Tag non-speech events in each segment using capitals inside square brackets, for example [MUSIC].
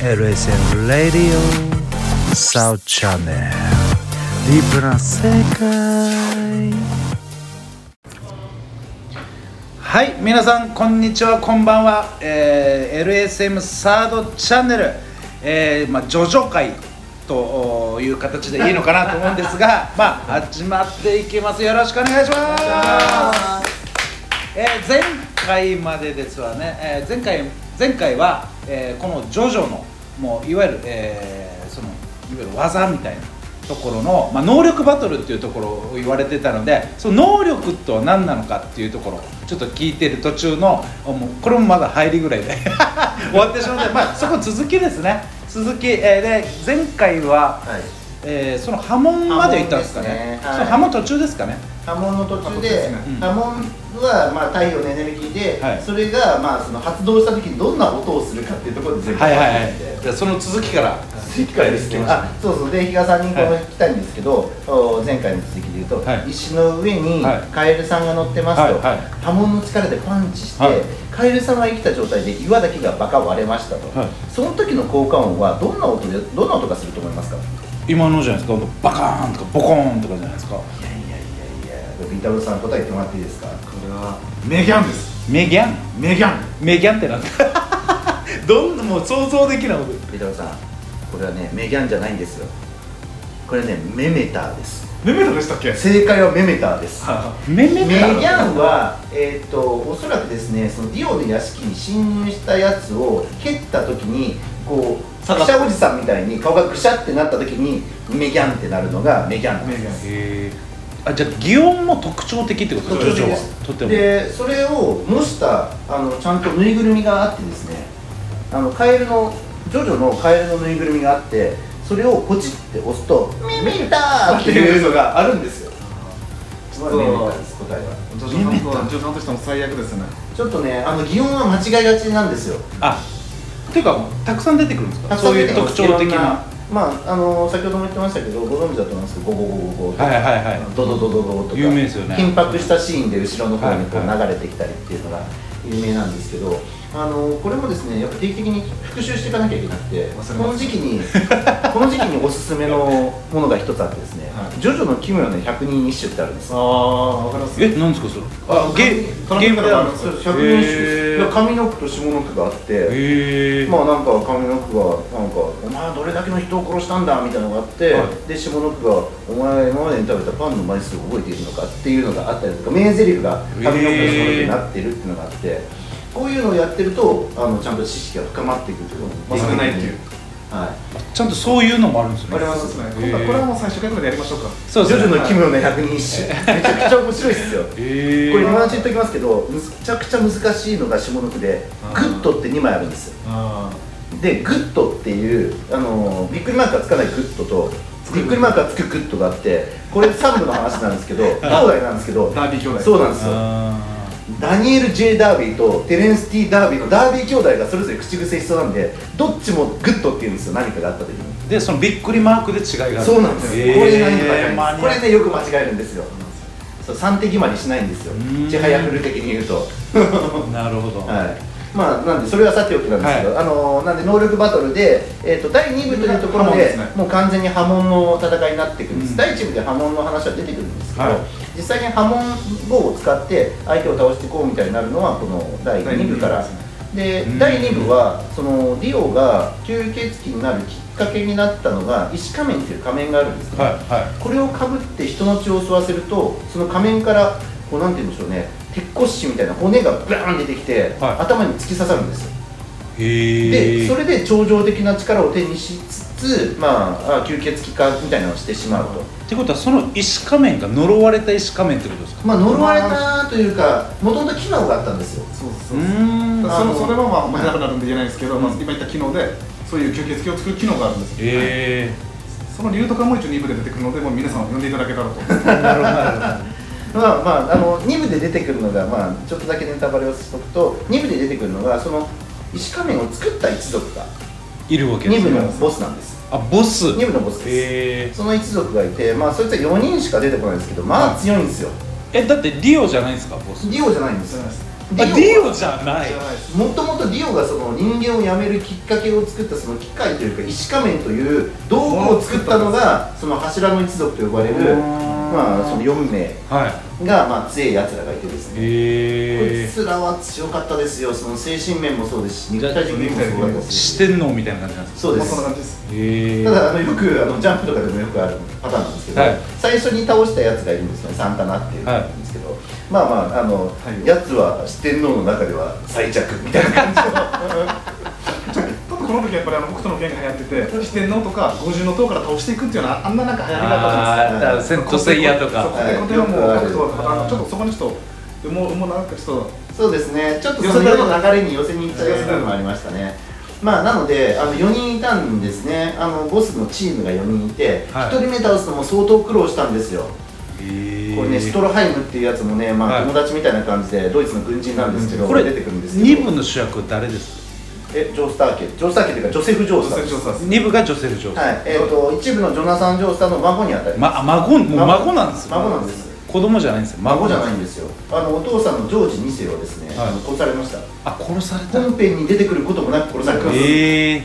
LSM Radio South Channel ディープな世界はい皆さんこんにちはこんばんは、えー LSM サードチャンネル、えーまあ、ジョジョ会という形でいいのかなと思うんですがまあ始まっていきますよろしくお願いしますえー前回までですわね、えー前回前回は、えーこのジョジョのもういわゆる、えーそのいわゆる技みたいなところの、まあ、能力バトルっていうところを言われてたのでその能力とは何なのかっていうところをちょっと聞いてる途中のあもうこれもまだ入りぐらいで [LAUGHS] 終わってしまって、まあ、そこ続きですね続き、えーで前回は、はい、えーその波紋まで行ったんですかね波紋ですねはいその波紋途中ですかね波紋の途中で、うん波紋はまあ太陽のエネルギーで、はいそれがまあその発動した時にどんな音をするかっていうところで全部はいはいは分かっていじゃあその続きから次回ですけどあそうそうで比嘉さんにこのはい来たんですけど、お前回の続きで言うと、はい石の上にはいカエルさんが乗ってますと、はいはい波紋の力でパンチして、はいカエルさんが生きた状態で岩だけがバカ割れましたと、はいその時の効果音はどんな音でどんな音がすると思いますか今のじゃないですかバカーンとかボコーンとかじゃないですかいやいやいやいやビータローさん答えてもらっていいですかこれはメギャンですメギャンメギャンメギャンってなんだどんどんもう想像できないことペタロさんこれはねメギャンじゃないんですよこれねメメターですメメタでしたっけ正解はメメターですメメメギタャンは、えー、とおそらくですねそのディオの屋敷に侵入したやつを蹴った時にこう下くがっしゃおじさんみたいに顔がぐしゃってなった時にメギャンってなるのがメギャンなんですへーあじゃあ擬音も特徴的ってこと特です徴的かですとてもでそれを模したあのちゃんとぬいぐるみがあってですねあのカエルのジョジョのカエルのぬいぐるみがあってそれをポチって押すと「ミミタ!」っていうのがあるんですよちまょあっミとミタです答えはジョジョさんとジョジョさんとしても最悪ですねちょっとねあの擬音は間違いがちなんですよあっていうかたくさん出てくるんですかたくさそんうい出てうきま特す徴的いろんなまああの先ほども言ってましたけどご存知だと思いますけど「ゴゴゴゴゴ」とかはいはいはいドドドドドとか有名ですよね緊迫したシーンで後ろの方にこうはい流れてきたりっていうのが有名なんですけど、あのこれもですねやっぱ定期的に復習していかなきゃいけなくて忘れますこの時期にこの時期におすすめのものが一つあってですね「はいジョジョの奇妙な百人一首」ってあるんですああ分かりますえなんですかそれあゲ紙ゲームであるん紙そうですか百人一首です上の句と下の句があって、へえまあなんか上の句がなんか「お前はどれだけの人を殺したんだ」みたいなのがあって、はで下の句が「お前は今までに食べたパンの枚数を覚えているのか」っていうのがあったりとか名台詞が上の句と下の句になってるっていうのがあって、こういうのをやってるとあのちゃんと知識が深まっていくっていうの忘れないっていうはいちゃんとそういうのもあるんですね分かりますねへー今回これはもう最終回までやりましょうかそうジでョジすョねの奇妙な百人一首」めちゃくちゃ面白いっすよへえこれ今のうち言っときますけどむちゃくちゃ難しいのが下の句で「グッド」って2枚あるんですよあでグッドっていうあのーびっくりマークがつかないグッドとびっくりマークがつくグッドがあってこれ3部の話なんですけど兄弟なんですけどダービー兄弟そうなんですよあダニエル・ J ・ダービーとテレンス・ T ・ダービーのダービー兄弟がそれぞれ口癖しそうなんでどっちもグッドって言うんですよ何かがあった時にーでそのびっくりマークで違いがあるそうなんですよこれが何かえーマニアックこれねよく間違えるんですよそう3手決まりしないんですよんちはやふる的に言うとなるほど、はい、まあなんでそれはさておきなんですけど、はあのーなんで能力バトルで、えー、と第2部というところ波紋でですねもう完全に波紋の戦いになってくるんです、うん第1部で波紋の話は出てくるんですけど、はい実際に波紋棒を使って相手を倒していこうみたいになるのはこの第2部から第二部ですねでうん第2部はそのディオが吸血鬼になるきっかけになったのが石仮面っていう仮面があるんですね、はいはこれをかぶって人の血を吸わせるとその仮面からこうなんて言うんでしょうね鉄骨子みたいな骨がバーン出てきて、はい頭に突き刺さるんですよいへでえそれで超常的な力を手にしつつまああ吸血鬼化みたいなのをしてしまうと、ってことはその石仮面が呪われた石仮面ってことですかまあ呪われたというかもともと機能があったんですよあそうそううそうーんそあののそれもまあお前なくなるんで言えないんですけど、まあうん今言った機能でそういう吸血鬼を作る機能があるんですよ、えその理由とかも一応2部で出てくるのでもう皆さんを呼んでいただけたらとえなるほどなるまあまあ、あの2部で出てくるのが、まあ、ちょっとだけネタバレをしとくと2部で出てくるのがその石仮面を作った一族がほどいるわけで2す部ねのボスなんですあボス2部のボスでへす、その一族がいて、まあ、そいつは4人しか出てこないんですけど、まあ強いんですよ。ええだってリオじゃないんですかボスリオじゃないんですよ。ディオじゃないじゃないですもともとディオがその人間を辞めるきっかけを作ったその機械というか石仮面という道具を作ったのがその柱の一族と呼ばれうーるんまあその4名はいがまあ強いやつらがいてですねこいえつらは強かったですよその精神面もそうですし肉体的にもそうだったー、四し天王みたいな感じなんですかそうでまあそんなす感じですえただあのよくあのジャンプとかでもよくあるパターンなんですけど、はい最初に倒したやつがいるんですよねサンタナっていうのがいるんですけど、まあまああの、 [LAUGHS] いやつは四天王の中では最弱みたいな感じちょっとこの時やっぱりあの北斗の拳が流行ってて四天王とか五重の塔から倒していくっていうのはあんななんか流行りだったじゃないですかあーだからセントセイヤとそうかはいこれはもうはい北斗の拳ちょっとそこにちょっともうもうなんかちょっとそうですね、ちょっとそれの流れに寄せに行っちゃう部分もありましたね。まあ、なので、あの4人いたんですね、あのボスのチームが4人いて、はい1人目倒すのも相当苦労したんですよ、これね、ストロハイムっていうやつもね、まはいあ、友達みたいな感じで、ドイツの軍人なんですけど、これ出てくるんですけど、 2部の主役誰ですえジョースター家、ジョースター家というか、ジョセフ・ジョースター女で性す調査です2部がジョセフ・ジョース、はいえー、と一部のジョナサン・ジョースターの孫にあたります、ま、あ孫もう孫なんですよ孫なんです、子供じゃないんですよ孫じゃないいんですよ、あのお父さんのジョージ2世はですね、はいあの殺されました、あ殺された本編に出てくることもなく殺されてます、え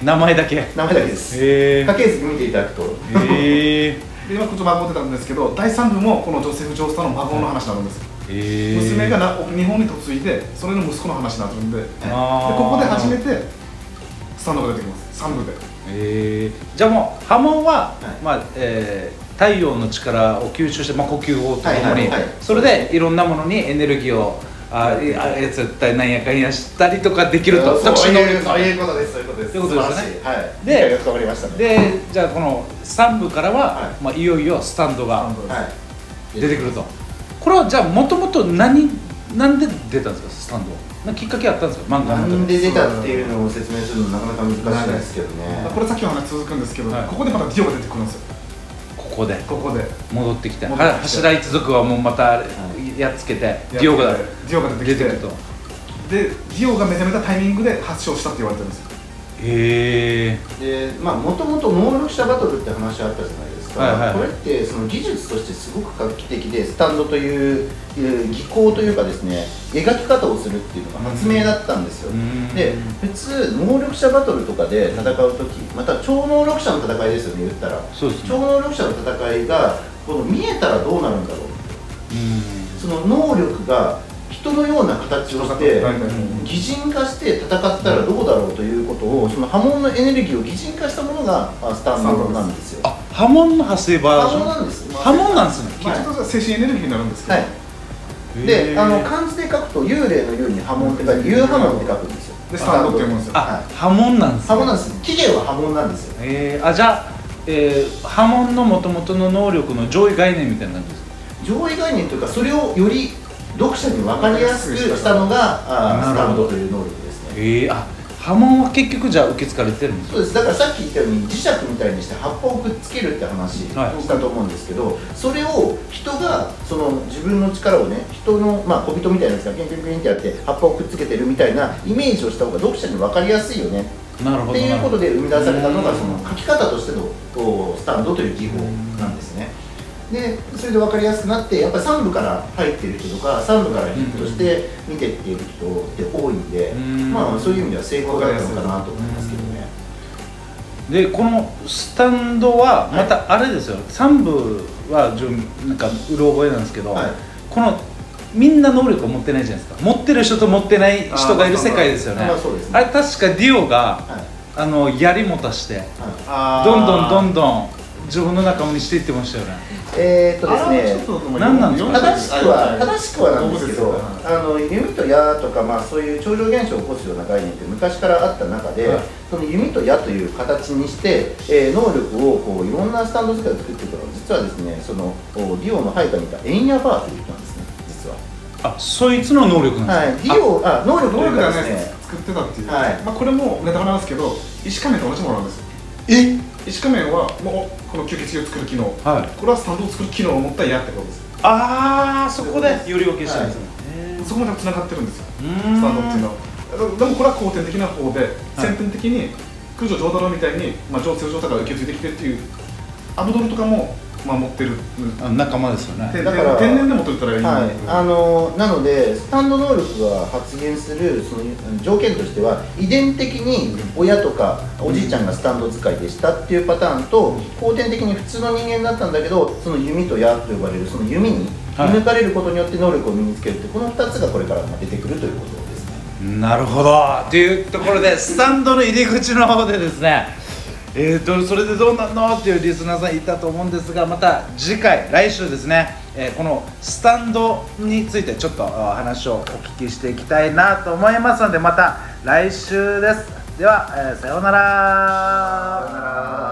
ー、名前だけ名前だけです。え家系図見ていただくと、え [LAUGHS] ーで今ちょっと孫出たんですけど第3部もこのジョセフ・ジョースターの孫の話になるんですえー、娘がな日本に嫁いでそれの息子の話になるんでであーここで初めてスタンドが出てきます3部でえー、じゃあもう波紋は、はいまあえー太陽の力を吸収して、まあ、呼吸法とともはいはにいはいそれでいろんなものにエネルギーをあいあ絶対なんやかんやしたりとかできるとそう特殊能そう力いうことですそういうことですそういうことですよね素晴らしいはいで理解が深まりましたねでじゃあこの3部からは、はいいまあ、いよいよスタンドが三部はい出てくるとこれはじゃあもともと何なんで出たんですかスタンドはなんかきっかけあったんですか漫画なのん中でで出たっていうのを説明するのなかなか難しいですけどねこれさっきの話続くんですけど、はいここでまたディオが出てくるんですよここでここで戻ってきて戻ってきては柱一族はもうまたやっつけて、ディオがディオが出出てきててくるとでディオが目覚めたタイミングで発症したって言われてるんですよへえでまあもともと能力者バトルって話あったじゃないですか、はいはいこれってその技術としてすごく画期的でスタンドというえー技巧というかですね描き方をするっていうのが発明だったんですよ、うんで普通能力者バトルとかで戦う時また超能力者の戦いですよね言ったらそうですね超能力者の戦いがこの見えたらどうなるんだろううんその能力が人のような形をしてはいはい擬人化して戦ったらどうだろうということをその波紋のエネルギーを擬人化したものがあスタンドなんですよあ波紋の派生バージョ波紋ンなんです波紋なんですね結局精神エネルギーになるんですけど、はいであの漢字で書くと幽霊の幽に波紋って書いて幽波紋って書くんですよでスタンドって読むんですよあは波紋なんでいす波ね紋なんです起源は波紋なんですよえー、あじゃあ、えー、波紋のもともとの能力の上位概念みたいな感じですか上位概念というかそれをより読者に分かりやすくしたのがあースなるタほンどドという能力ですねええあ波紋は結局じゃあ受け継がれてるんですそうですだからさっき言ったように磁石みたいにして葉っぱをくっつけるって話はいしたと思うんですけど、それを人がその自分の力をね人の、まあ、小人みたいなやつがピンピンピンってやって葉っぱをくっつけてるみたいなイメージをした方が読者に分かりやすいよねなるほどっていうことで生み出されたのがそのうん書き方としてのこうスタンドという技法なんですね。でそれで分かりやすくなってやっぱり3部から入ってる人とか3部からヒットして見てっていう人って多いんで、うんまあ、そういう意味では成功だったのかなと思いますけどね。でこのスタンドはまたあれですよ、三部はじゅんなんかうろ覚えなんですけど、はいこのみんな能力を持ってないじゃないですか持ってる人と持ってない人がいる世界ですよねあーまあそうですねあれ確かディオが、はいあの槍持たしてはいあーどんどんどんどん自分の仲間にしていってましたよねえー、っとですね何なんですか正しくは正しくはなんですけど、はあの弓と矢とか、まあ、そういう超常現象を起こすような概念って昔からあった中で、はいその弓と矢という形にして、えー能力をこういろんなスタンド使いを作っていくのは実はですねそのこうディオの配下にいたエンヤバーという人なんですね実は、あそいつの能力なんではい、すデか、ィオあ能力とい能う力かがですねね作ってたっていう、はいまあ、これもネタバレなんですけど石仮面と同じものなんですよえ石仮面はもうこの吸血鬼を作る機能、はいこれはスタンドを作る機能を持った矢ってことですああそこでより分けしたんですね、そこまで繋がってるんですようスターんンドっていうのはでもこれは後天的な方ではい先天的に九条浄太郎みたいに、まあ、上正常とかが受け継いできてっていうアブドルとかも守ってるあ仲間ですよねでだから天然でも取れたらいいのはいに、あのなのでスタンド能力が発現するその条件としては遺伝的に親とかおじいちゃんがスタンド使いでしたっていうパターンと後天的に普通の人間だったんだけどその弓と矢と呼ばれるその弓に射抜かれることによって能力を身につけるってこの2つがこれから出てくるということですねなるほどというところでスタンドの入り口の方でですねえー、とそれでどうなのっていうリスナーさんいたと思うんですがまた次回来週ですね、えーこのスタンドについてちょっとあ話をお聞きしていきたいなと思いますのでまた来週ですでは、えーさようなら